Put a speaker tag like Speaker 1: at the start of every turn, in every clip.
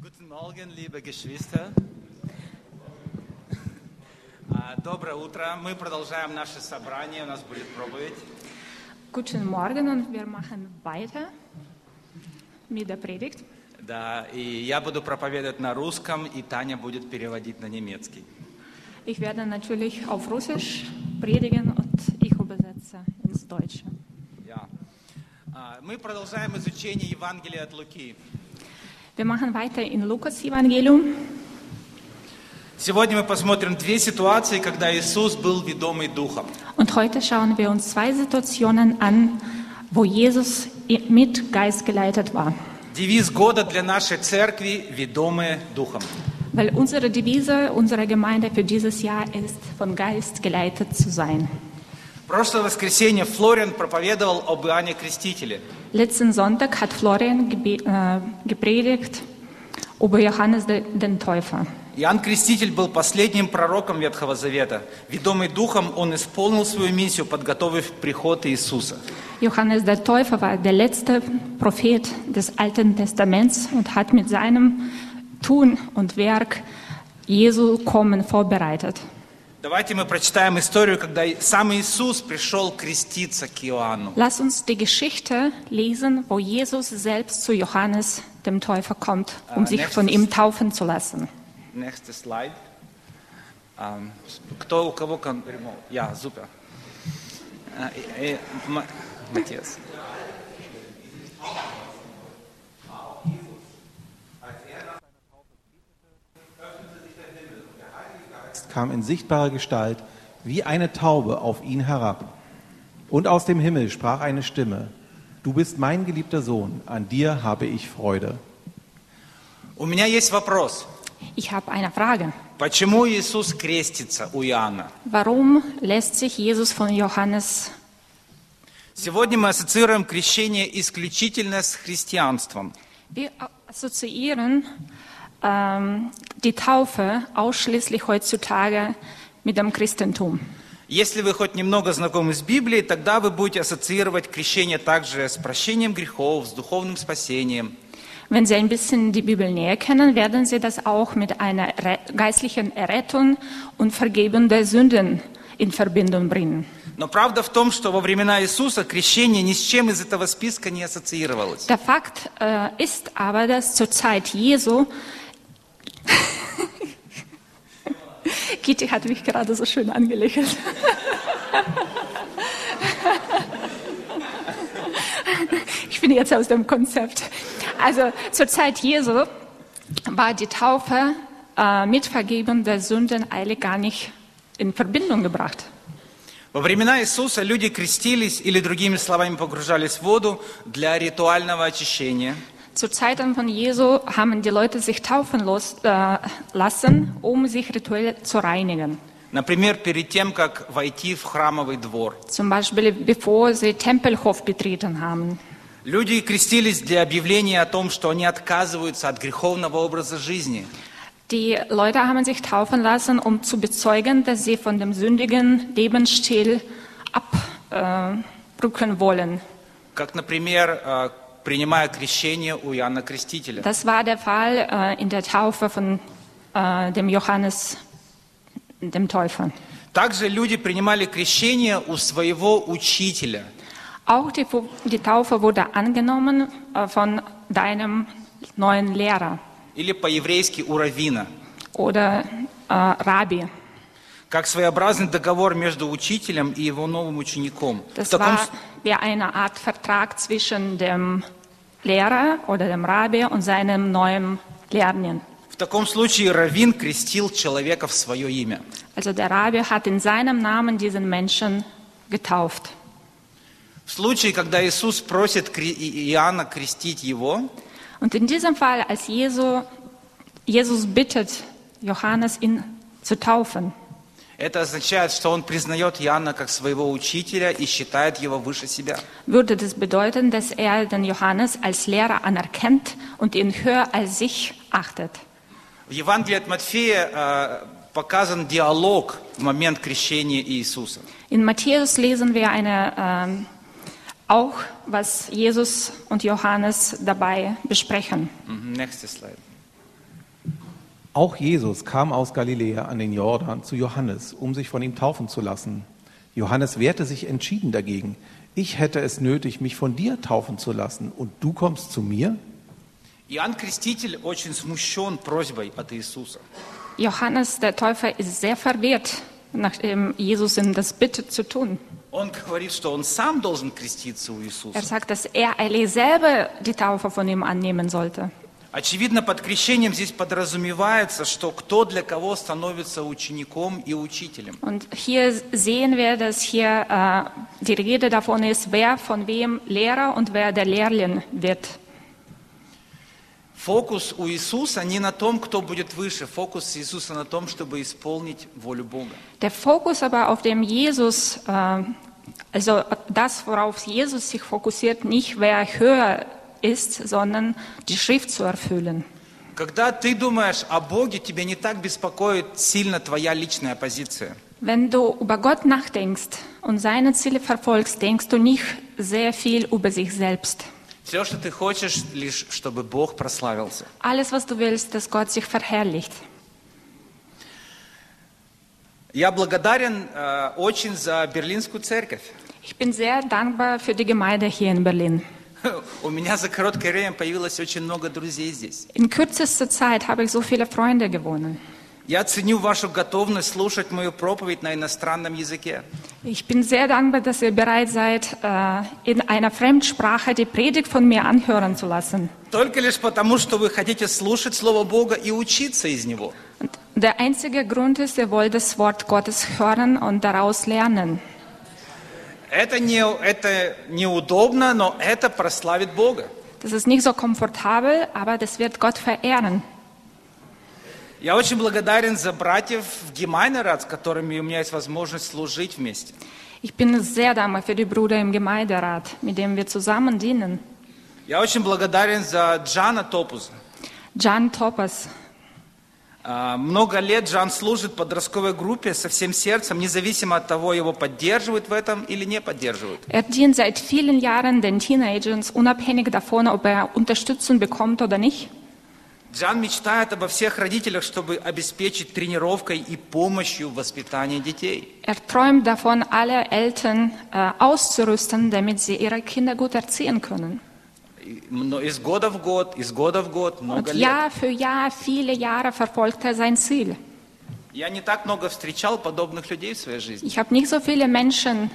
Speaker 1: Guten Morgen, liebe Geschwister. А, Доброе утро. Мы продолжаем наше собрание. У нас будет проповедь.
Speaker 2: Guten Morgen und wir machen weiter mit der Predigt.
Speaker 1: Да, и я буду проповедовать на русском, и Таня будет переводить на немецкий.
Speaker 2: Ich werde natürlich auf Russisch predigen und ich übersetze ins Deutsche.
Speaker 1: Я. А, Мы продолжаем изучение Евангелия от Луки.
Speaker 2: Wir machen weiter in Lukas Evangelium.
Speaker 1: Сегодня мы посмотрим две ситуации, когда Иисус был ведомый Духом.
Speaker 2: Und heute schauen wir uns zwei Situationen an, wo Jesus mit Geist geleitet war.
Speaker 1: Девиз года для нашей церкви – «Ведомые Духом».
Speaker 2: Weil unsere Devise unserer Gemeinde für dieses Jahr ist, von Geist geleitet zu sein.
Speaker 1: Прошлое воскресенье Флорин проповедовал об Иоанне Крестителе.
Speaker 2: Letzten Sonntag hat Florian gebe- äh, gepredigt über Johannes de- den Täufer.
Speaker 1: Иоанн Креститель был последним пророком Ветхого Завета. Ведомый Духом он исполнил свою миссию, подготовив приход Иисуса.
Speaker 2: Johannes der Täufer war der letzte Prophet des Alten Testaments und hat mit seinem Tun und Werk Jesu kommen vorbereitet.
Speaker 1: Давайте мы прочитаем историю, когда и- сам Иисус пришел креститься к Иоанну.
Speaker 2: Lass uns die Geschichte lesen, wo Jesus selbst zu Johannes dem Täufer kommt, um
Speaker 1: Äh,
Speaker 2: sich
Speaker 1: nächstes.
Speaker 2: von ihm taufen zu lassen.
Speaker 1: Next slide. Ам, с- Кто у кого кон- перевод? Я, супер. А, и- и, Ма- Матиас.
Speaker 3: Geist kam in sichtbarer Gestalt wie eine Taube auf ihn herab. Und aus dem Himmel sprach eine Stimme, Du bist mein geliebter Sohn, an dir habe ich Freude.
Speaker 1: У меня есть вопрос.
Speaker 2: Ich habe eine Frage.
Speaker 1: Почему Иисус крестится у Иоанна?
Speaker 2: Warum lässt sich Jesus von Johannes?
Speaker 1: Сегодня мы ассоциируем крещение исключительно с христианством.
Speaker 2: Wir assoziieren ähm, die Taufe ausschließlich heutzutage mit dem Christentum.
Speaker 1: Если вы хоть немного знакомы с Библией, тогда вы будете ассоциировать крещение также с прощением грехов, с духовным спасением.
Speaker 2: Wenn Sie ein bisschen die Bibel näher kennen, werden Sie das auch mit einer re- geistlichen Errettung und Vergebung der Sünden in Verbindung bringen.
Speaker 1: Но правда в том, что во времена Иисуса крещение ни с чем из этого списка не ассоциировалось.
Speaker 2: Der Fakt äh, ist aber, dass zur Zeit Jesu Kitty hat mich gerade so schön angelächelt. ich bin jetzt aus dem Konzept. Also zur Zeit Jesu war die Taufe äh, mit Vergeben der Sünden eigentlich gar nicht in Verbindung gebracht.
Speaker 1: Во времена Иисуса люди крестились или другими словами погружались в воду для ритуального очищения,
Speaker 2: Zu Zeiten von Jesu haben die Leute sich taufen los, äh, lassen, um sich rituell zu reinigen.
Speaker 1: например, перед тем, как войти в храмовый двор.
Speaker 2: Zum Beispiel bevor sie Tempelhof betreten haben.
Speaker 1: Люди крестились для объявления о том, что они отказываются от греховного образа жизни.
Speaker 2: Die Leute haben sich taufen lassen, um zu bezeugen, dass sie von dem sündigen Lebensstil abrücken äh, rücken wollen.
Speaker 1: Как, например, э, принимая крещение у Иоанна Крестителя.
Speaker 2: Das war der Fall äh, in der Taufe von äh, dem Johannes, dem Täufer.
Speaker 1: Также люди принимали крещение у своего учителя.
Speaker 2: Auch die, die Taufe wurde angenommen äh, von deinem neuen Lehrer
Speaker 1: или по-еврейски у раввина,
Speaker 2: oder äh, Rabbi.
Speaker 1: как своеобразный договор между учителем и его новым учеником. В
Speaker 2: Das
Speaker 1: таком,
Speaker 2: war
Speaker 1: с-
Speaker 2: wie eine Art Vertrag zwischen dem Lehrer oder dem Rabbi und seinem neuen Lernen.
Speaker 1: в таком случае раввин крестил человека в свое имя.
Speaker 2: Also der Rabbi hat in seinem Namen diesen Menschen getauft.
Speaker 1: В случае, когда Иисус просит кре- И- Иоанна крестить его,
Speaker 2: Und in diesem Fall, als Jesu, Jesus bittet, Johannes ihn zu taufen,
Speaker 1: это означает, что он признает Иоанна как своего учителя и считает его выше себя.
Speaker 2: würde das bedeuten, dass er den Johannes als Lehrer anerkennt und ihn höher als sich achtet.
Speaker 1: В Евангелии от Матфея э, показан диалог в момент крещения Иисуса.
Speaker 2: In Matthäus lesen wir eine, ähm, auch, was Jesus und Johannes dabei besprechen.
Speaker 1: Мгм, Next slide.
Speaker 3: Auch Jesus kam aus Galiläa an den Jordan zu Johannes, um sich von ihm taufen zu lassen. Johannes wehrte sich entschieden dagegen. Ich hätte es nötig, mich von dir taufen zu lassen, und du kommst zu mir?
Speaker 1: Иоанн Креститель очень смущен просьбой от Иисуса.
Speaker 2: Johannes der Täufer ist sehr verwirrt, nachdem Jesus ihm das bittet zu tun.
Speaker 1: Он говорит, что он сам должен креститься у Иисуса.
Speaker 2: Er sagt, dass er eigentlich selber die Taufe von ihm annehmen sollte.
Speaker 1: Очевидно, под крещением здесь подразумевается, что кто для кого становится учеником и учителем.
Speaker 2: Und hier sehen wir, dass hier äh, die Rede davon ist, wer von wem Lehrer und wer der Lehrling wird.
Speaker 1: Фокус у Иисуса не на том, кто будет выше. Фокус Иисуса на том, чтобы исполнить волю Бога.
Speaker 2: Der Fokus aber auf dem Jesus, äh, also das, worauf Jesus sich fokussiert, nicht wer höher ist, sondern die Schrift zu erfüllen.
Speaker 1: Когда ты думаешь о Боге, тебя не так беспокоит сильно твоя личная позиция.
Speaker 2: Wenn du über Gott nachdenkst und seine Ziele verfolgst, denkst du nicht sehr viel über sich selbst.
Speaker 1: Все, что ты хочешь, лишь чтобы Бог прославился.
Speaker 2: Alles, was du willst, dass Gott sich verherrlicht.
Speaker 1: Я благодарен э, очень за Берлинскую церковь.
Speaker 2: Ich bin sehr dankbar für die Gemeinde hier in Berlin.
Speaker 1: У меня за короткое время появилось очень много друзей здесь.
Speaker 2: In kürzester Zeit habe ich so viele Freunde gewonnen.
Speaker 1: Я ценю вашу готовность слушать мою проповедь на иностранном языке.
Speaker 2: Ich bin sehr dankbar, dass ihr bereit seid, äh, in einer Fremdsprache die Predigt von mir anhören zu lassen.
Speaker 1: Только лишь потому, что вы хотите слушать Слово Бога и учиться из Него.
Speaker 2: Und der einzige Grund ist, ihr wollt das Wort Gottes hören und daraus lernen.
Speaker 1: Это, не, это неудобно, но это прославит Бога.
Speaker 2: Das ist nicht so komfortabel, aber das wird Gott verehren.
Speaker 1: Я очень благодарен за братьев в Гемайнерат, с которыми у меня есть возможность служить вместе.
Speaker 2: Ich bin sehr dankbar für die Brüder im Gemeinderat, mit denen wir zusammen dienen.
Speaker 1: Я очень благодарен за Джана Топуза.
Speaker 2: Jan Topas.
Speaker 1: А, Много лет Джан служит подростковой группе со всем сердцем, независимо от того, его поддерживают в этом или не поддерживают.
Speaker 2: Er dient seit vielen Jahren den Teenagern, unabhängig davon, ob er Unterstützung bekommt oder nicht.
Speaker 1: Джан мечтает обо всех родителях, чтобы обеспечить тренировкой и помощью в воспитании детей.
Speaker 2: Er träumt davon, alle Eltern äh, auszurüsten, damit sie ihre Kinder gut erziehen können.
Speaker 1: И, но из года в год, из года в год, много
Speaker 2: Und
Speaker 1: лет.
Speaker 2: Jahr für Jahr, viele Jahre verfolgt er sein Ziel.
Speaker 1: Я не так много встречал подобных людей в своей жизни.
Speaker 2: Ich habe nicht so viele Menschen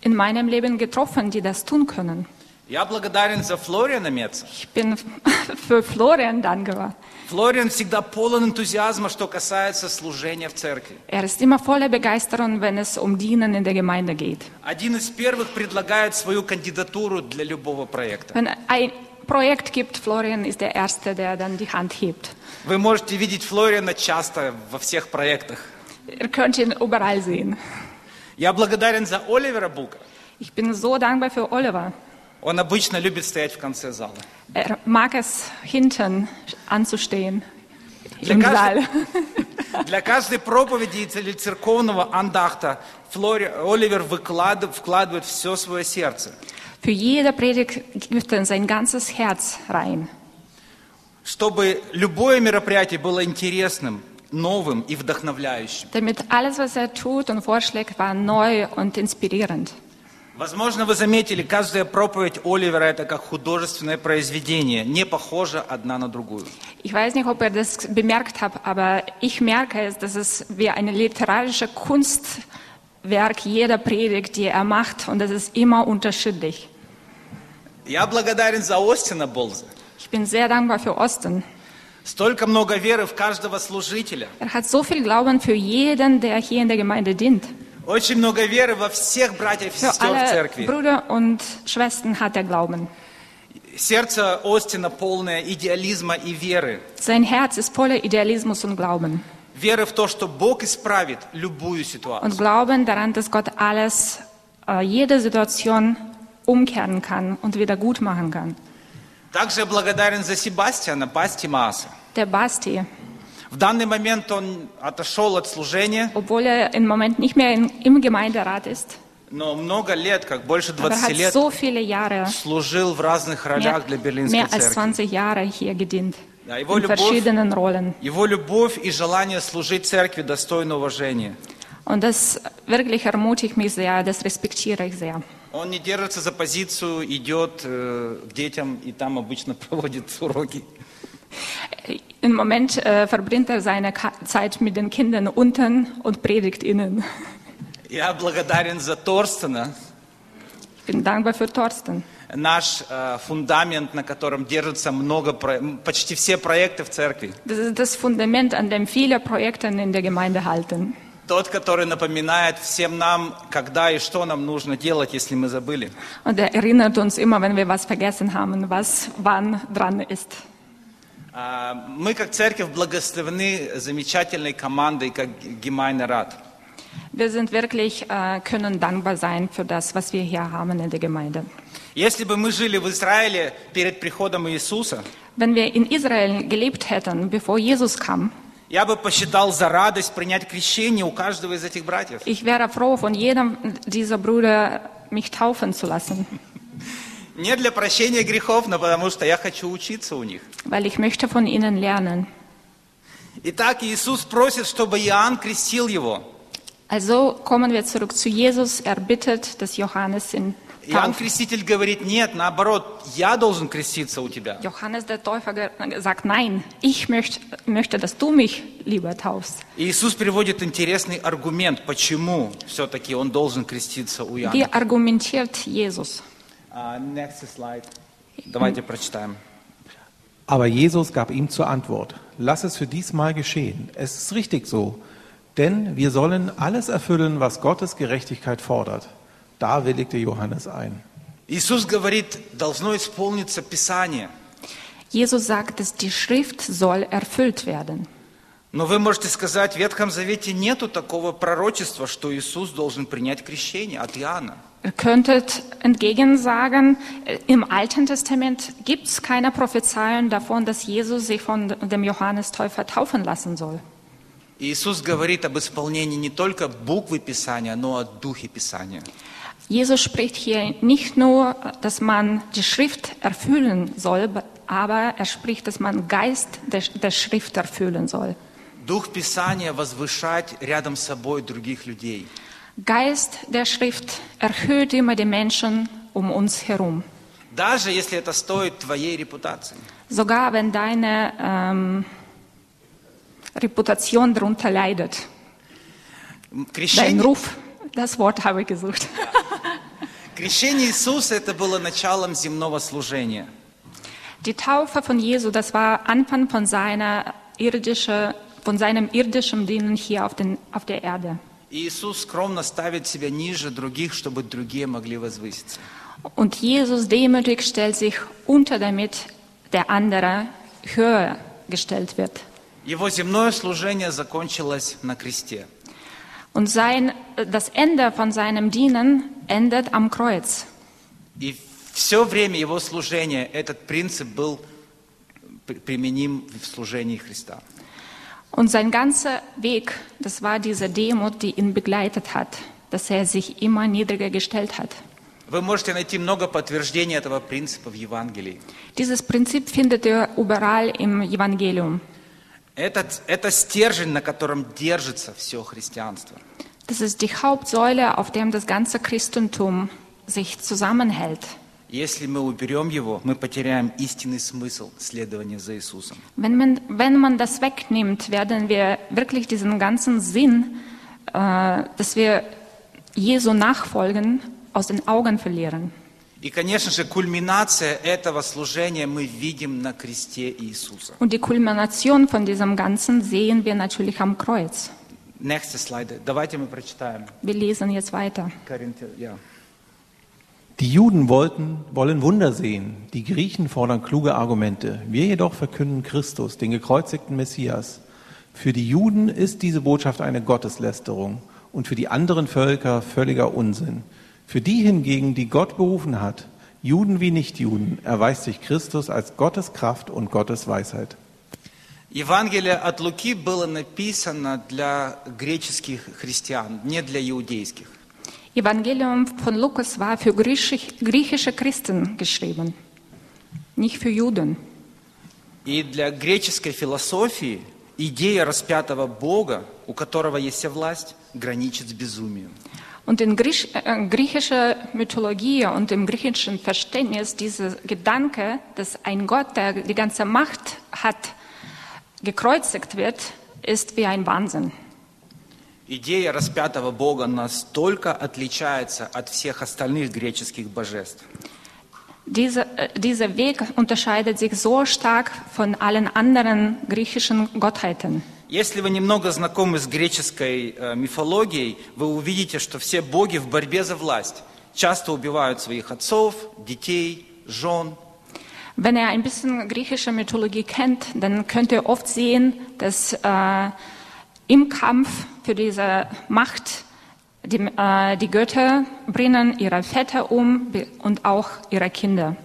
Speaker 2: in meinem Leben getroffen, die das tun können.
Speaker 1: Я благодарен за Флориана Меца.
Speaker 2: Ich bin für Florian dankbar.
Speaker 1: Флориан всегда полон энтузиазма, что касается служения в церкви.
Speaker 2: Er ist immer voller Begeisterung, wenn es um Dienen in der Gemeinde geht.
Speaker 1: Один из первых предлагает свою кандидатуру для любого проекта.
Speaker 2: Wenn ein Projekt gibt, Florian ist der Erste, der dann die Hand hebt.
Speaker 1: Вы можете видеть Флориана часто во всех проектах.
Speaker 2: Ihr könnt ihn überall sehen.
Speaker 1: Я благодарен за Оливера Бука.
Speaker 2: Ich bin so dankbar für Oliver.
Speaker 1: Он обычно любит стоять в конце зала.
Speaker 2: Er mag es, hinten anzustehen
Speaker 1: Der
Speaker 2: im
Speaker 1: Gast-
Speaker 2: Saal.
Speaker 1: Для каждой проповеди или церковного андахта Флори... Оливер выкладыв- вкладывает все свое сердце.
Speaker 2: Für jede Predigt gibt er sein ganzes Herz rein.
Speaker 1: Чтобы любое мероприятие было интересным, новым и вдохновляющим.
Speaker 2: Damit alles, was er tut und vorschlägt, war neu und inspirierend.
Speaker 1: Возможно, вы заметили, каждая проповедь Оливера это как художественное произведение, не похоже одна на другую.
Speaker 2: Ich weiß nicht, ob ihr das bemerkt habt, aber ich merke es, dass es wie ein literarisches Kunstwerk jeder Predigt, die er macht, und das ist immer unterschiedlich.
Speaker 1: Я благодарен за Остина Болза.
Speaker 2: Ich bin sehr dankbar für Osten.
Speaker 1: Столько много веры в каждого служителя.
Speaker 2: Er hat so viel Glauben für jeden, der hier in der Gemeinde dient.
Speaker 1: Очень много веры во всех братьев и
Speaker 2: Für
Speaker 1: сестер в
Speaker 2: alle
Speaker 1: церкви.
Speaker 2: Brüder und Schwestern hat er Glauben.
Speaker 1: Сердце Остина полное идеализма и веры.
Speaker 2: Sein Herz ist voller Idealismus und Glauben.
Speaker 1: Веры в то, что Бог исправит любую ситуацию.
Speaker 2: Und Glauben daran, dass Gott alles, äh, jede Situation umkehren kann und wieder gut machen kann.
Speaker 1: Также я благодарен за Себастьяна Басти Мааса.
Speaker 2: Der Basti,
Speaker 1: В данный момент он отошел от служения,
Speaker 2: obwohl er im Moment nicht mehr in, im Gemeinderat ist,
Speaker 1: но много лет, как больше
Speaker 2: aber
Speaker 1: 20
Speaker 2: hat
Speaker 1: лет,
Speaker 2: so viele Jahre,
Speaker 1: служил в разных
Speaker 2: mehr,
Speaker 1: ролях для Берлинской
Speaker 2: mehr als
Speaker 1: церкви.
Speaker 2: 20 Jahre hier gedient.
Speaker 1: Да, его,
Speaker 2: in
Speaker 1: любовь,
Speaker 2: verschiedenen Rollen.
Speaker 1: его любовь и желание служить церкви достойно уважения.
Speaker 2: Und das wirklich ermutigt mich sehr, das respektiere ich sehr.
Speaker 1: Он не держится за позицию, идет э, к детям и там обычно проводит уроки.
Speaker 2: Im Moment äh, verbringt er seine Ka Zeit mit den Kindern unten und predigt ihnen.
Speaker 1: Я благодарен за Торстена,
Speaker 2: Ich bin dankbar für Thorsten.
Speaker 1: наш э, фундамент, на котором держатся много, про- м, почти все проекты в церкви.
Speaker 2: Das ist das Fundament, an dem viele Projekte in der Gemeinde halten.
Speaker 1: Тот, который напоминает всем нам, когда и что нам нужно делать, если мы забыли.
Speaker 2: Und er erinnert uns immer, wenn wir was vergessen haben, was wann dran ist.
Speaker 1: А, Мы как церковь благословены замечательной командой, как Гимайна Рад.
Speaker 2: Wir sind wirklich, äh, können dankbar sein für das, was wir hier haben in der Gemeinde.
Speaker 1: Если бы мы жили в Израиле перед приходом Иисуса,
Speaker 2: Wenn wir in Israel gelebt hätten, bevor Jesus kam,
Speaker 1: я бы посчитал за радость принять крещение у каждого из этих братьев.
Speaker 2: ich wäre froh, von jedem dieser Brüder mich taufen zu lassen,
Speaker 1: Не для прощения грехов, но потому что я хочу учиться у них.
Speaker 2: weil ich möchte von ihnen lernen.
Speaker 1: Итак, Иисус просит, чтобы Иоанн крестил его.
Speaker 2: Also kommen wir zurück zu Jesus. Er bittet, dass Johannes ihn
Speaker 1: Иоанн
Speaker 2: tauft.
Speaker 1: Креститель говорит, нет, наоборот, я должен креститься у тебя.
Speaker 2: Johannes der Täufer ge- sagt, nein, ich möchte, möchte, dass du mich lieber taufst.
Speaker 1: И Иисус приводит интересный аргумент, почему все-таки он должен креститься у Иоанна.
Speaker 2: Wie argumentiert Jesus?
Speaker 1: А, next slide. Давайте прочитаем.
Speaker 3: Aber Jesus gab ihm zur Antwort, lass es für diesmal geschehen, es ist richtig so, denn wir sollen alles erfüllen, was Gottes Gerechtigkeit fordert. Da willigte Johannes ein.
Speaker 1: Иисус говорит, должно исполниться Писание.
Speaker 2: Jesus sagt, dass die Schrift soll erfüllt werden.
Speaker 1: Но вы можете сказать, в Ветхом Завете нету такого пророчества, что Иисус должен принять крещение от Иоанна.
Speaker 2: Ihr könntet entgegen sagen, äh, im Alten Testament gibt es keine Prophezeien davon, dass Jesus sich von dem Johannes Täufer taufen lassen soll.
Speaker 1: И Иисус говорит об исполнении не только буквы Писания, но и о духе Писания.
Speaker 2: Jesus spricht hier nicht nur, dass man die Schrift erfüllen soll, aber er spricht, dass man Geist der, der Schrift erfüllen soll.
Speaker 1: Дух Писания возвышать рядом с собой других людей.
Speaker 2: Geist der Schrift erhöht immer die Menschen um uns herum.
Speaker 1: Даже если это стоит твоей репутации.
Speaker 2: Sogar wenn deine ähm, Reputation darunter leidet.
Speaker 1: М,
Speaker 2: Dein
Speaker 1: Крещение,
Speaker 2: Ruf, das Wort habe ich gesucht.
Speaker 1: крещение Иисуса это было началом земного служения.
Speaker 2: Die Taufe von Jesu, das war Anfang von, seiner irdische, von seinem irdischen Dienen hier auf, den, auf der Erde.
Speaker 1: И Иисус скромно ставит себя ниже других, чтобы другие могли возвыситься.
Speaker 2: Und Jesus demütig stellt sich unter, damit der andere höher gestellt wird.
Speaker 1: Его земное служение закончилось на кресте.
Speaker 2: Und sein, das Ende von seinem Dienen endet am Kreuz.
Speaker 1: И все время его служения этот принцип был при- применим в служении Христа.
Speaker 2: Und sein ganzer Weg, das war diese Demut, die ihn begleitet hat, dass er sich immer niedriger gestellt hat.
Speaker 1: Вы можете найти много подтверждений этого принципа в Евангелии.
Speaker 2: Dieses Prinzip findet ihr überall im Evangelium.
Speaker 1: Этот, это стержень, на котором держится все христианство.
Speaker 2: Das ist die Hauptsäule, auf dem das ganze Christentum sich zusammenhält.
Speaker 1: Если мы уберем его, мы потеряем истинный смысл следования за Иисусом.
Speaker 2: Wenn man, wenn man das wegnimmt, werden wir wirklich diesen ganzen Sinn, äh, dass wir Jesu nachfolgen, aus den Augen verlieren.
Speaker 1: И, конечно же, кульминация этого служения мы видим на кресте Иисуса.
Speaker 2: Und die Kulmination von diesem Ganzen sehen wir natürlich am Kreuz.
Speaker 1: Next slide. Давайте мы прочитаем.
Speaker 2: Wir lesen jetzt weiter.
Speaker 1: Коринфян- yeah.
Speaker 3: Die Juden wollten, wollen Wunder sehen, die Griechen fordern kluge Argumente. Wir jedoch verkünden Christus, den gekreuzigten Messias. Für die Juden ist diese Botschaft eine Gotteslästerung und für die anderen Völker völliger Unsinn. Für die hingegen, die Gott berufen hat, Juden wie Nichtjuden, erweist sich Christus als Gottes Kraft und Gottes Weisheit.
Speaker 1: Евангелие от Луки было написано для греческих христиан, не для иудейских.
Speaker 2: Evangelium von Lukas war für griechisch, griechische Christen geschrieben, nicht für Juden.
Speaker 1: И для греческой философии идея распятого Бога, у которого есть вся власть, граничит с безумием.
Speaker 2: Und in Griech, äh, griechischer Mythologie und im griechischen Verständnis dieser Gedanke, dass ein Gott, der die ganze Macht hat, gekreuzigt wird, ist wie ein Wahnsinn.
Speaker 1: Идея распятого Бога настолько отличается от всех остальных греческих божеств,
Speaker 2: Diese, äh, dieser Weg unterscheidet sich so stark von allen anderen griechischen Gottheiten.
Speaker 1: Если вы немного знакомы с греческой э, мифологией, вы увидите, что все боги в борьбе за власть часто убивают своих отцов, детей, жен.
Speaker 2: Wenn ihr ein bisschen griechische Mythologie kennt, dann könnt ihr oft sehen, dass äh, im Kampf für diese Macht die, äh, die Götter bringen ihre Väter um be- und auch ihre Kinder.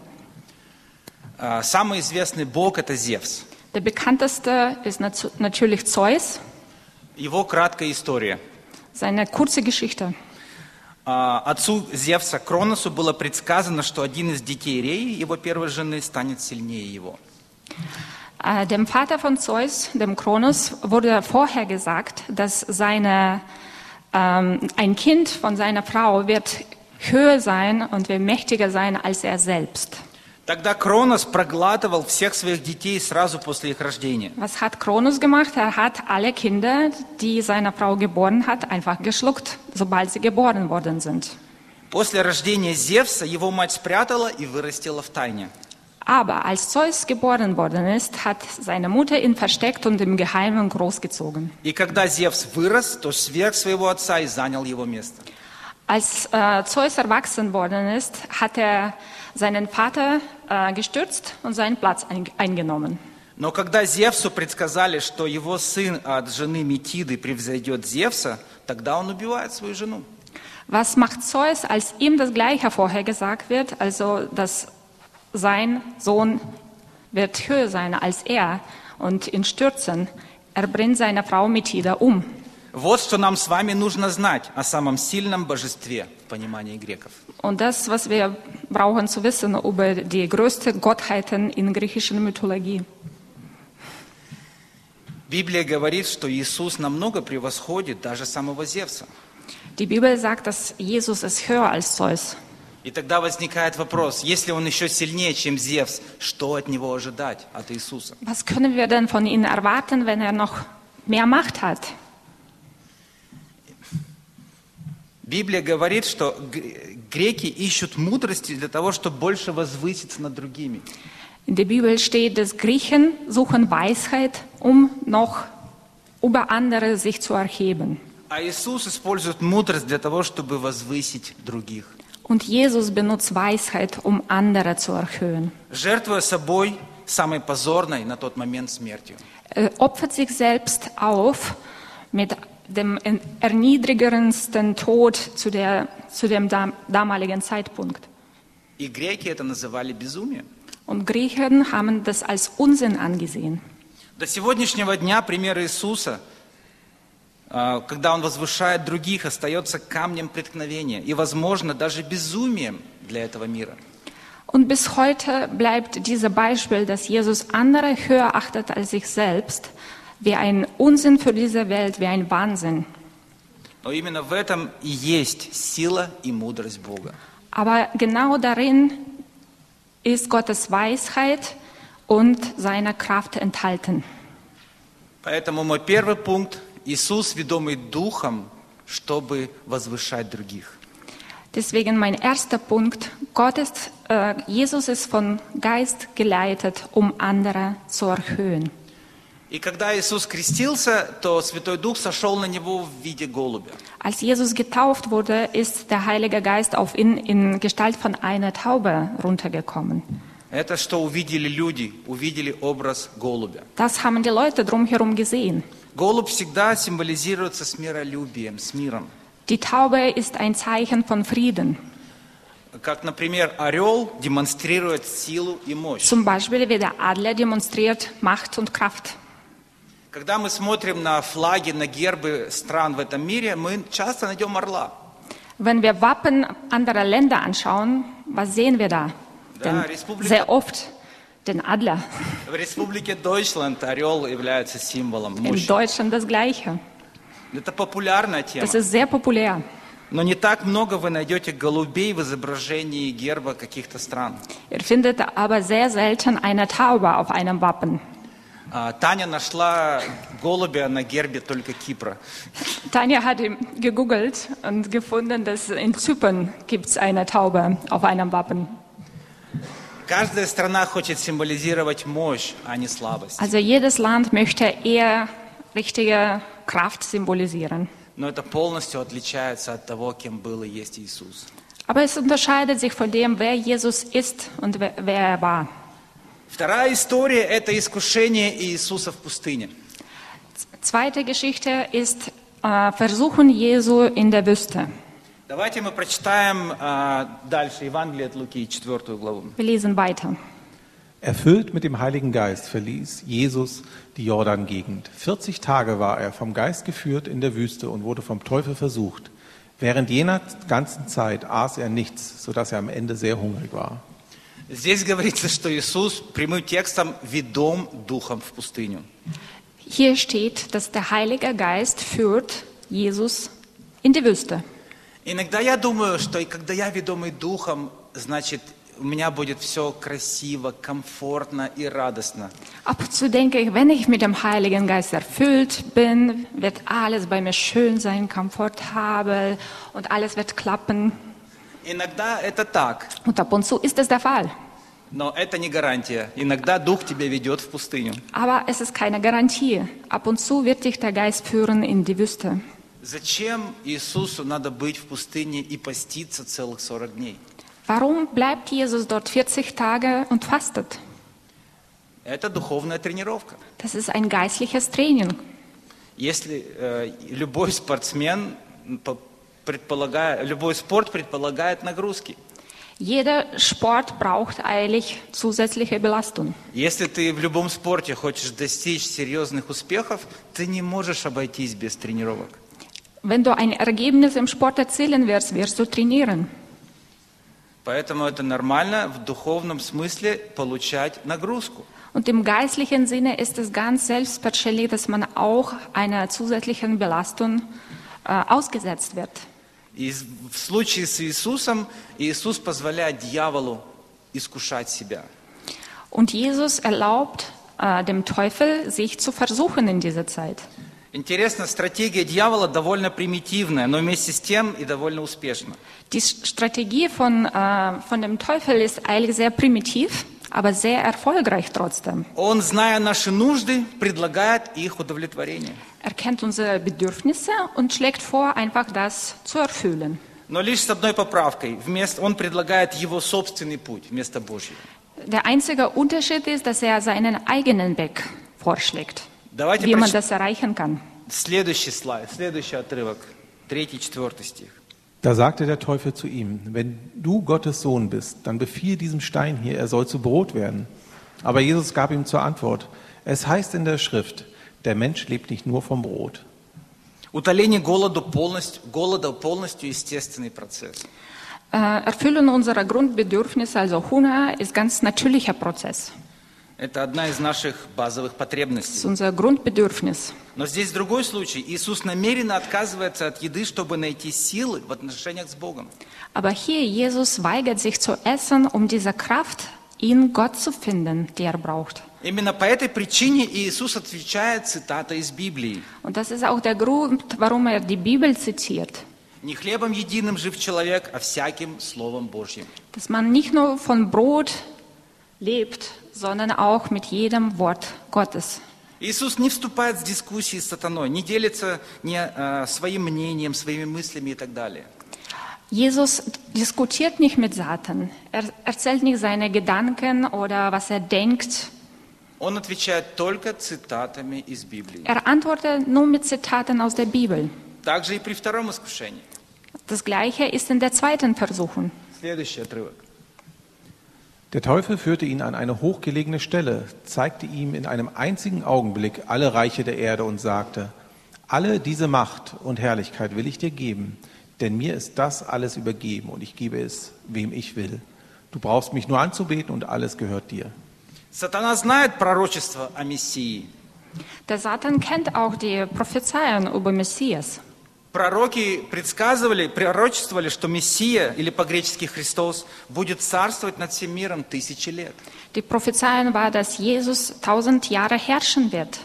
Speaker 1: Э, Самый известный бог – это Зевс.
Speaker 2: Der bekannteste ist natu- natürlich Zeus,
Speaker 1: Его краткая история.
Speaker 2: seine kurze Geschichte.
Speaker 1: А, Отцу Зевса Кроносу было предсказано, что один из детей Реи, его первой жены, станет сильнее его.
Speaker 2: Äh, Dem Vater von Zeus, dem Kronos, wurde vorher gesagt, dass seine, ähm, ein Kind von seiner Frau wird höher sein und wird mächtiger sein als er selbst.
Speaker 1: Тогда Кронос проглатывал всех своих детей сразу после их рождения.
Speaker 2: Was hat Kronos gemacht? Er hat alle Kinder, die seine Frau geboren hat, einfach geschluckt, sobald sie geboren worden sind.
Speaker 1: После рождения Зевса его мать спрятала и вырастила в тайне.
Speaker 2: Aber als Zeus geboren worden ist, hat seine Mutter ihn versteckt und im Geheimen großgezogen.
Speaker 1: И когда Зевс вырос, то сверг своего отца и занял его место.
Speaker 2: Als äh, Zeus erwachsen worden ist, hat er seinen Vater äh, gestürzt und seinen Platz ein, eingenommen.
Speaker 1: Но когда Зевсу предсказали, что его сын от жены Метиды превзойдет Зевса, тогда он убивает свою жену.
Speaker 2: Was macht Zeus, als ihm das Gleiche vorher gesagt wird, also dass sein Sohn wird höher sein als er und ihn stürzen? Er bringt seine Frau Mithida um.
Speaker 1: Вот что нам с вами нужно знать о самом сильном божестве в понимании греков.
Speaker 2: Und das, was wir brauchen zu wissen über die größten Gottheiten in griechischer Mythologie.
Speaker 1: Библия говорит, что Иисус намного превосходит даже самого Зевса.
Speaker 2: Die Bibel sagt, dass Jesus ist höher als Zeus.
Speaker 1: И тогда возникает вопрос, если он еще сильнее, чем Зевс, что от него ожидать, от Иисуса?
Speaker 2: Was können wir denn von ihm erwarten, wenn er noch mehr Macht hat?
Speaker 1: Библия говорит, что гр- греки ищут мудрости для того, чтобы больше возвыситься над другими.
Speaker 2: In der Bibel steht, dass Griechen suchen Weisheit, um noch über andere sich zu erheben.
Speaker 1: А Иисус использует мудрость для того, чтобы возвысить других.
Speaker 2: Und Jesus benutzt Weisheit, um andere zu erhöhen.
Speaker 1: Жертвуя собой самой позорной на тот момент смертью.
Speaker 2: Er opfert sich selbst auf mit dem erniedrigendsten Tod zu, der, zu dem dam- damaligen Zeitpunkt.
Speaker 1: И греки это называли безумием.
Speaker 2: Und Griechen haben das als Unsinn angesehen.
Speaker 1: До сегодняшнего дня пример Иисуса, э, когда Он возвышает других, остается камнем преткновения и, возможно, даже безумием для этого мира.
Speaker 2: Und bis heute bleibt dieses Beispiel, dass Jesus andere höher achtet als sich selbst, wie ein Unsinn für diese Welt, wie ein Wahnsinn.
Speaker 1: Но именно в этом и есть сила и мудрость Бога.
Speaker 2: Aber genau darin ist Gottes Weisheit und seine Kraft enthalten.
Speaker 1: Поэтому мой первый пункт – Иисус, ведомый Духом, чтобы возвышать других.
Speaker 2: Deswegen mein erster Punkt, Gott ist, äh, Jesus ist vom Geist geleitet, um andere zu erhöhen.
Speaker 1: И когда Иисус крестился, то Святой Дух сошел на Него в виде голубя.
Speaker 2: Als Jesus getauft wurde, ist der Heilige Geist auf ihn in Gestalt von einer Taube runtergekommen.
Speaker 1: Это что увидели люди, увидели образ голубя.
Speaker 2: Das haben die Leute drumherum gesehen.
Speaker 1: Голубь всегда символизируется с миролюбием, с миром.
Speaker 2: Die Taube ist ein Zeichen von Frieden.
Speaker 1: Как, например, орел демонстрирует силу и мощь.
Speaker 2: Zum Beispiel wie der Adler demonstriert Macht und Kraft.
Speaker 1: Когда мы смотрим на флаги, на гербы стран в этом мире, мы часто найдем орла.
Speaker 2: Wenn wir Wappen anderer Länder anschauen, was sehen wir da?
Speaker 1: Da,
Speaker 2: Denn
Speaker 1: Republik-
Speaker 2: sehr oft den Adler.
Speaker 1: В республике Deutschland орел является символом
Speaker 2: In
Speaker 1: мощи.
Speaker 2: Deutschland das Gleiche.
Speaker 1: Это популярная тема.
Speaker 2: Das ist sehr populär.
Speaker 1: Но не так много вы найдете голубей в изображении герба каких-то стран.
Speaker 2: Ihr findet aber sehr selten eine Taube auf einem Wappen.
Speaker 1: А, Таня нашла голубя на гербе только Кипра.
Speaker 2: Tanja hat im- gegoogelt und gefunden, dass in Zypern gibt es eine Taube auf einem Wappen.
Speaker 1: Каждая страна хочет символизировать мощь, а не слабость.
Speaker 2: Also jedes Land möchte eher richtige Kraft symbolisieren.
Speaker 1: Но это полностью отличается от того, кем был и есть Иисус.
Speaker 2: Aber es unterscheidet sich von dem, wer Jesus ist und wer, wer er war.
Speaker 1: Вторая история – это искушение Иисуса в пустыне.
Speaker 2: Zweite Geschichte ist äh, Versuchen Jesu in der Wüste.
Speaker 1: Давайте мы прочитаем а, дальше Евангелие от Луки, 4 главу.
Speaker 2: Wir lesen weiter.
Speaker 3: Erfüllt mit dem Heiligen Geist verließ Jesus die Jordan-Gegend. 40 Tage war er vom Geist geführt in der Wüste und wurde vom Teufel versucht. Während jener ganzen Zeit aß er nichts, sodass er am Ende sehr hungrig war.
Speaker 1: Здесь говорится, что Иисус прямым текстом «ведом духом в пустыню».
Speaker 2: Hier steht, dass der Heilige Geist führt Jesus in die Wüste.
Speaker 1: Иногда я думаю, что и когда я ведомый духом, значит, у меня будет все красиво, komfortно и радостно.
Speaker 2: Ab und zu denke ich, wenn ich mit dem Heiligen Geist erfüllt bin, wird alles bei mir schön sein, komfortabel und alles wird klappen.
Speaker 1: Иногда это так,
Speaker 2: Und ab und zu ist es der Fall.
Speaker 1: но это не гарантия. Иногда дух тебя ведет в пустыню.
Speaker 2: Aber es ist keine Garantie. Ab und zu wird dich der Geist führen in die Wüste.
Speaker 1: Зачем Иисусу надо быть в пустыне и поститься целых 40 дней?
Speaker 2: Warum bleibt Jesus dort 40 Tage und fastet?
Speaker 1: Это духовная тренировка.
Speaker 2: Das ist ein geistliches Training.
Speaker 1: Если э, любой спортсмен по- предполагая, любой спорт предполагает нагрузки.
Speaker 2: Jeder Sport braucht eigentlich zusätzliche Belastung.
Speaker 1: Если ты в любом спорте хочешь достичь серьезных успехов, ты не можешь обойтись без тренировок.
Speaker 2: Wenn du ein Ergebnis im Sport erzielen wirst, wirst du trainieren.
Speaker 1: Поэтому это нормально в духовном смысле получать nagрузку.
Speaker 2: Und im geistlichen Sinne ist es ganz selbstverständlich, dass man auch einer zusätzlichen Belastung äh, ausgesetzt wird.
Speaker 1: И с- в случае с Иисусом Иисус позволяет дьяволу искушать себя.
Speaker 2: Und Jesus erlaubt äh, dem Teufel, sich zu versuchen in dieser Zeit.
Speaker 1: Интересно, стратегия дьявола довольно примитивная, но вместе с тем и довольно успешна.
Speaker 2: Die S- Strategie von, äh, von dem Teufel ist eigentlich sehr primitiv, aber sehr erfolgreich trotzdem.
Speaker 1: Он, зная наши нужды, предлагает их удовлетворение.
Speaker 2: Er kennt unsere Bedürfnisse und schlägt vor, einfach das zu erfüllen.
Speaker 1: Но лишь с одной поправкой. Вместо, он предлагает его собственный путь вместо Божьего.
Speaker 2: Der einzige Unterschied ist, dass er seinen eigenen Weg vorschlägt,
Speaker 1: Давайте
Speaker 2: wie man
Speaker 1: проч-
Speaker 2: das erreichen kann.
Speaker 1: Следующий слайд, следующий отрывок. Третий, четвертый стих.
Speaker 3: Da sagte der Teufel zu ihm, wenn du Gottes Sohn bist, dann befiehl diesem Stein hier, er soll zu Brot werden. Aber Jesus gab ihm zur Antwort, es heißt in der Schrift, der Mensch lebt nicht nur vom Brot.
Speaker 1: Утоление голоду полностью, голода полностью естественный процесс.
Speaker 2: Äh, Erfüllen unserer Grundbedürfnisse, also Hunger, ist ganz natürlicher Prozess.
Speaker 1: Это одна из наших базовых
Speaker 2: Das ist
Speaker 1: потребностей.
Speaker 2: unser Grundbedürfnis.
Speaker 1: Но здесь другой случай. Иисус намеренно отказывается от еды, чтобы найти силы в отношениях с Богом.
Speaker 2: Aber hier Jesus weigert sich zu essen, um diese Kraft in Gott zu finden, die er braucht.
Speaker 1: Именно по этой причине Иисус отвечает цитата из Библии.
Speaker 2: Und das ist auch der Grund, warum er die Bibel zitiert,
Speaker 1: «Не хлебом единым жив человек, а всяким Словом Божьим».
Speaker 2: dass man nicht nur von Brot lebt, sondern auch mit jedem Wort Gottes.
Speaker 1: Иисус не вступает в дискуссии с сатаной, не делится не, э, своим мнением, своими мыслями и так далее.
Speaker 2: Jesus diskutiert nicht mit Satan. Er erzählt nicht seine Gedanken oder was er denkt.
Speaker 1: Он отвечает только цитатами из Библии.
Speaker 2: Er antwortet nur mit Zitaten aus der Bibel.
Speaker 1: Также и при втором искушении.
Speaker 2: Das Gleiche ist in der zweiten Versuchung.
Speaker 1: Следующий отрывок.
Speaker 3: Der Teufel führte ihn an eine hochgelegene Stelle, zeigte ihm in einem einzigen Augenblick alle Reiche der Erde und sagte, alle diese Macht und Herrlichkeit will ich dir geben, denn mir ist das alles übergeben und ich gebe es, wem ich will. Du brauchst mich nur anzubeten und alles gehört dir.
Speaker 1: Сатана знает пророчество о Мессии.
Speaker 2: Der Satan kennt auch die Prophezeien über Messias.
Speaker 1: Пророки предсказывали, пророчествовали, что Мессия, или по-гречески Христос, будет царствовать над всем миром тысячи лет.
Speaker 2: Die Prophezeien war, dass Jesus tausend Jahre herrschen wird.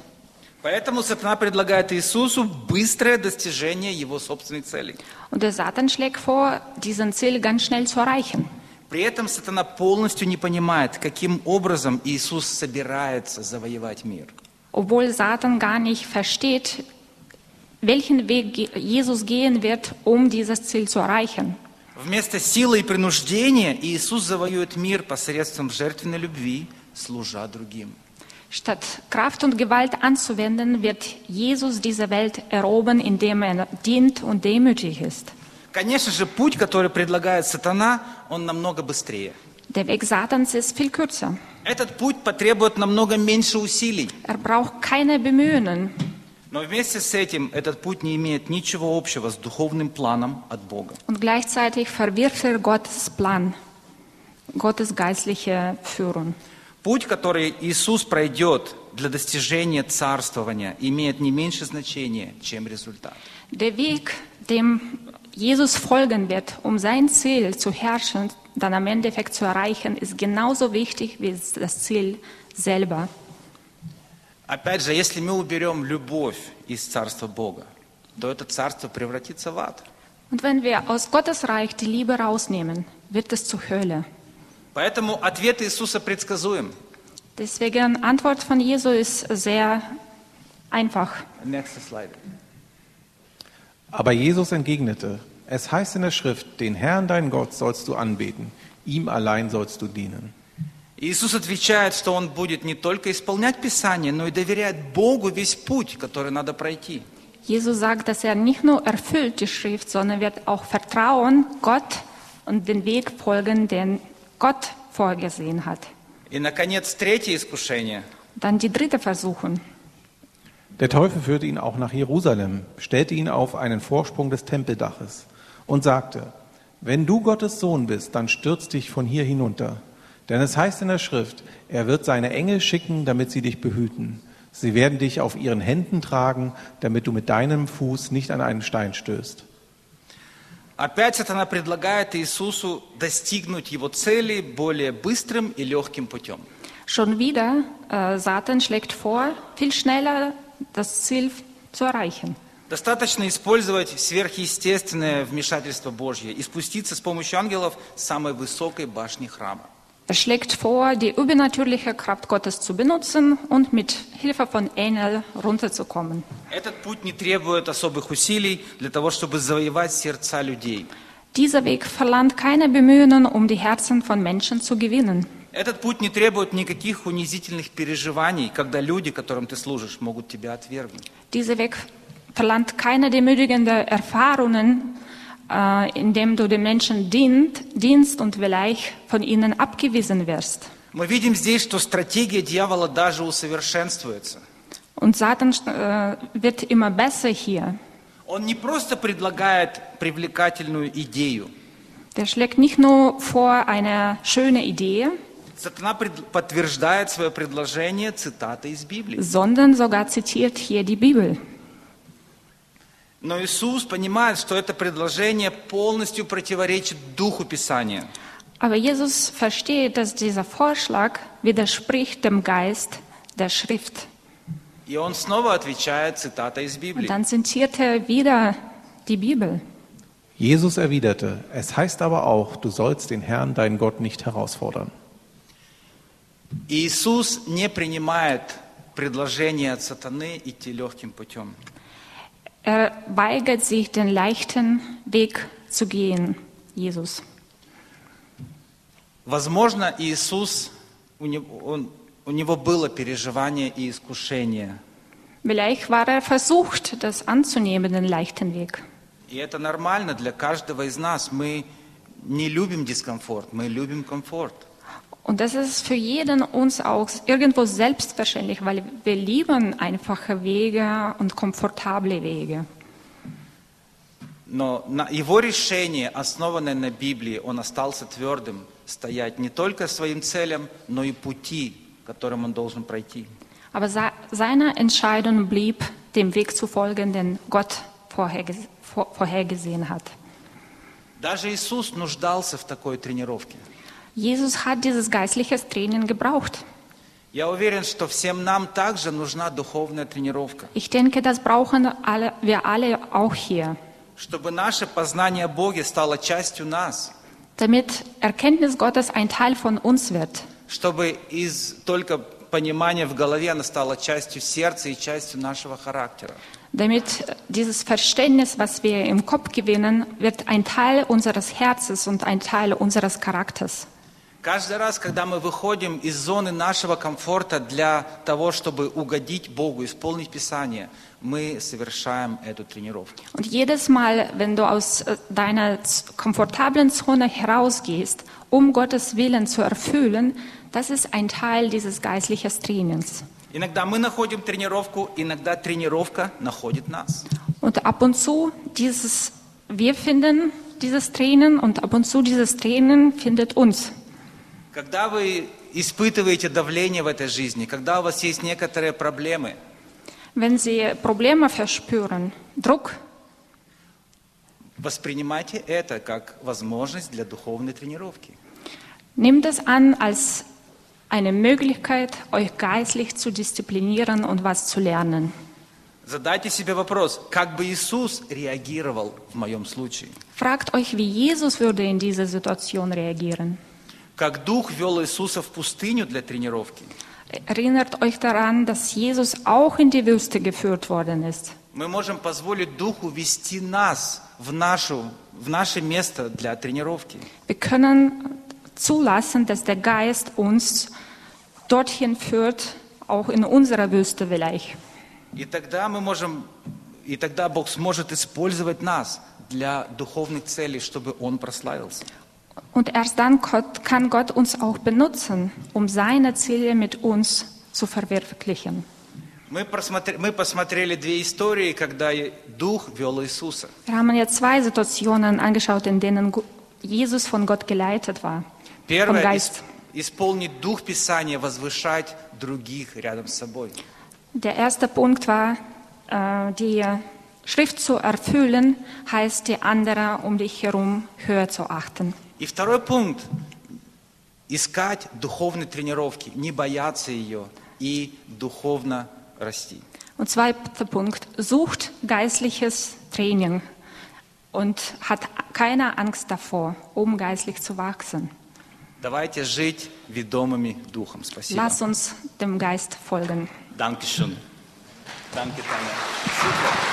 Speaker 1: Поэтому сатана предлагает Иисусу быстрое достижение его собственных целей.
Speaker 2: Und der Satan schlägt vor, diesen Ziel ganz schnell zu erreichen.
Speaker 1: При этом сатана полностью не понимает, каким образом Иисус собирается завоевать мир.
Speaker 2: Obwohl Satan gar nicht versteht, welchen Weg Ge- Jesus gehen wird, um dieses Ziel zu erreichen.
Speaker 1: Вместо силы и принуждения Иисус завоюет мир посредством жертвенной любви, служа другим.
Speaker 2: Statt Kraft und Gewalt anzuwenden, wird Jesus diese Welt erobern, indem er dient und demütig ist.
Speaker 1: Конечно же, путь, который предлагает сатана, он намного быстрее.
Speaker 2: Der Weg Satans ist viel kürzer.
Speaker 1: Этот путь потребует намного меньше усилий.
Speaker 2: Er braucht keine Bemühungen.
Speaker 1: Но вместе с этим этот путь не имеет ничего общего с духовным планом от Бога.
Speaker 2: Und gleichzeitig verwirft er Gottes Plan, Gottes geistliche Führung.
Speaker 1: Путь, который Иисус пройдет для достижения царствования, имеет не меньше значения, чем результат.
Speaker 2: Der Weg, dem Jesus folgen wird, um sein Ziel zu herrschen, dann am Endeffekt zu erreichen, ist genauso wichtig wie das Ziel selber.
Speaker 1: Опять же, если мы уберем любовь из царства Бога, то это царство превратится в ад.
Speaker 2: Und wenn wir aus Gottes Reich die Liebe rausnehmen, wird es zur Hölle.
Speaker 1: Поэтому ответ Иисуса предсказуем.
Speaker 2: Deswegen Antwort von Jesu ist sehr einfach.
Speaker 1: Next slide.
Speaker 3: Aber Jesus entgegnete, es heißt in der Schrift, den Herrn deinen Gott sollst du anbeten, ihm allein sollst du dienen.
Speaker 1: Иисус отвечает, что Он будет не только исполнять Писание, но и доверяет Богу весь путь, который надо пройти.
Speaker 2: Jesus sagt, dass er nicht nur erfüllt die Schrift, sondern wird auch vertrauen Gott und den Weg folgen, den Gott vorgesehen hat.
Speaker 1: И, наконец, третье искушение.
Speaker 2: Dann die dritte Versuchung.
Speaker 3: Der Teufel führte ihn auch nach Jerusalem, stellte ihn auf einen Vorsprung des Tempeldaches und sagte, wenn du Gottes Sohn bist, dann stürz dich von hier hinunter. Denn es heißt in der Schrift, er wird seine Engel schicken, damit sie dich behüten. Sie werden dich auf ihren Händen tragen, damit du mit deinem Fuß nicht an einen Stein stößt.
Speaker 1: Опять сатана предлагает Иисусу достигнуть его цели более быстрым и легким путем.
Speaker 2: Schon wieder, äh, Satan schlägt vor, viel schneller das Ziel zu erreichen.
Speaker 1: Достаточно использовать сверхъестественное вмешательство Божье и спуститься с помощью ангелов с самой высокой башни храма.
Speaker 2: Er schlägt vor, die übernatürliche Kraft Gottes zu benutzen und mit Hilfe von Engeln runterzukommen.
Speaker 1: Этот путь не требует особых усилий для того, чтобы завоевать сердца людей.
Speaker 2: Dieser Weg verlangt keine Bemühungen, um die Herzen von Menschen zu gewinnen.
Speaker 1: Этот путь не требует никаких унизительных переживаний, когда люди, которым ты служишь, могут тебя отвергнуть.
Speaker 2: Dieser Weg verlangt keine demütigenden Erfahrungen, äh, indem du den Menschen dient, dienst und vielleicht von ihnen abgewiesen wirst.
Speaker 1: Мы видим здесь, что стратегия дьявола даже усовершенствуется.
Speaker 2: Und Satan äh, wird immer besser hier.
Speaker 1: Он не просто предлагает привлекательную идею.
Speaker 2: Der schlägt nicht nur vor eine schöne Idee,
Speaker 1: Сатана пред- подтверждает свое предложение цитатой из Библии.
Speaker 2: sondern sogar zitiert hier die Bibel.
Speaker 1: Но Иисус понимает, что это предложение полностью противоречит Духу Писания.
Speaker 2: Aber Jesus versteht, dass dieser Vorschlag widerspricht dem Geist der Schrift.
Speaker 1: И он снова отвечает цитатой из
Speaker 2: Und
Speaker 1: Библии.
Speaker 2: dann zitiert er wieder die Bibel.
Speaker 3: Jesus erwiderte, es heißt aber auch, du sollst den Herrn deinen Gott nicht herausfordern.
Speaker 1: Иисус не принимает предложение от сатаны идти легким путем.
Speaker 2: Er weigert sich, den leichten Weg zu gehen, Jesus.
Speaker 1: Возможно, Иисус, у него, он- у него было переживание и искушение.
Speaker 2: Vielleicht war er versucht, das anzunehmen, den leichten Weg.
Speaker 1: И это нормально для каждого из нас. Мы не любим дискомфорт, мы любим комфорт.
Speaker 2: Und das ist für jeden uns auch irgendwo selbstverständlich, weil wir lieben einfache Wege und komfortable Wege.
Speaker 1: Но на- его решение, основанное на Библии, он остался твердым, стоять не только своим целям, но и пути, которым он должен пройти.
Speaker 2: Aber se- seiner Entscheidung blieb, dem Weg zu folgen, den Gott vorherges- vor- vorhergesehen hat.
Speaker 1: Даже Иисус нуждался в такой тренировке.
Speaker 2: Jesus hat dieses geistliche Training gebraucht.
Speaker 1: Я уверен, что всем нам также нужна духовная тренировка,
Speaker 2: Ich denke, das brauchen alle, wir alle auch hier,
Speaker 1: чтобы наше познание о Боге стало частью нас,
Speaker 2: damit Erkenntnis Gottes ein Teil von uns wird,
Speaker 1: чтобы из только понимания в голове оно стало частью сердца и частью нашего характера.
Speaker 2: damit dieses Verständnis, was wir im Kopf gewinnen, wird ein Teil unseres Herzens und ein Teil unseres Charakters.
Speaker 1: Каждый раз, когда мы выходим из зоны нашего комфорта для того, чтобы угодить Богу, исполнить Писание, мы совершаем эту тренировку.
Speaker 2: Und jedes Mal, wenn du aus äh, deiner z- komfortablen Zone herausgehst, um Gottes Willen zu erfüllen, das ist ein Teil dieses geistlichen Trainings.
Speaker 1: Иногда мы находим тренировку, иногда тренировка находит нас.
Speaker 2: Und ab und zu dieses, wir finden dieses Training und ab und zu dieses Training findet uns.
Speaker 1: Когда вы испытываете давление в этой жизни, когда у вас есть некоторые проблемы,
Speaker 2: Wenn sie Probleme verspüren, Druck,
Speaker 1: воспринимайте это как возможность для духовной тренировки.
Speaker 2: nehmt es an als eine Möglichkeit, euch geistlich zu disziplinieren und was zu lernen.
Speaker 1: Задайте себе вопрос, как бы Иисус реагировал в моем случае?
Speaker 2: Fragt euch, wie Jesus würde in dieser Situation reagieren.
Speaker 1: Как Дух вел Иисуса в пустыню для тренировки?
Speaker 2: Erinnert euch daran, dass Jesus auch in die Wüste geführt worden ist.
Speaker 1: Мы можем позволить Духу вести нас в, нашу, в наше место для тренировки.
Speaker 2: Wir können zulassen, dass der Geist uns dorthin führt, auch in unserer Wüste vielleicht.
Speaker 1: И тогда мы можем, и тогда Бог сможет использовать нас для духовных целей, чтобы Он прославился.
Speaker 2: Und erst dann Gott- kann Gott uns auch benutzen, um seine Ziele mit uns zu verwirklichen.
Speaker 1: Мы, просмотре- мы посмотрели две истории, когда и Дух вел Иисуса.
Speaker 2: Wir haben jetzt zwei Situationen angeschaut, in denen Gu- Jesus von Gott geleitet war. Vom
Speaker 1: Первое
Speaker 2: Geist.
Speaker 1: исп- исполнить Дух Писания, возвышать других рядом с собой.
Speaker 2: Der erste Punkt war, äh, die Schrift zu erfüllen, heißt die anderen um dich herum höher zu achten.
Speaker 1: И второй пункт – искать духовной тренировки, не бояться ее и духовно расти.
Speaker 2: Und zweiter Punkt, sucht geistliches Training und hat keine Angst davor, um geistlich zu wachsen.
Speaker 1: Давайте жить ведомыми Духом. Спасибо.
Speaker 2: Lass uns dem Geist folgen.
Speaker 1: Dankeschön. Danke, Таня. Супер.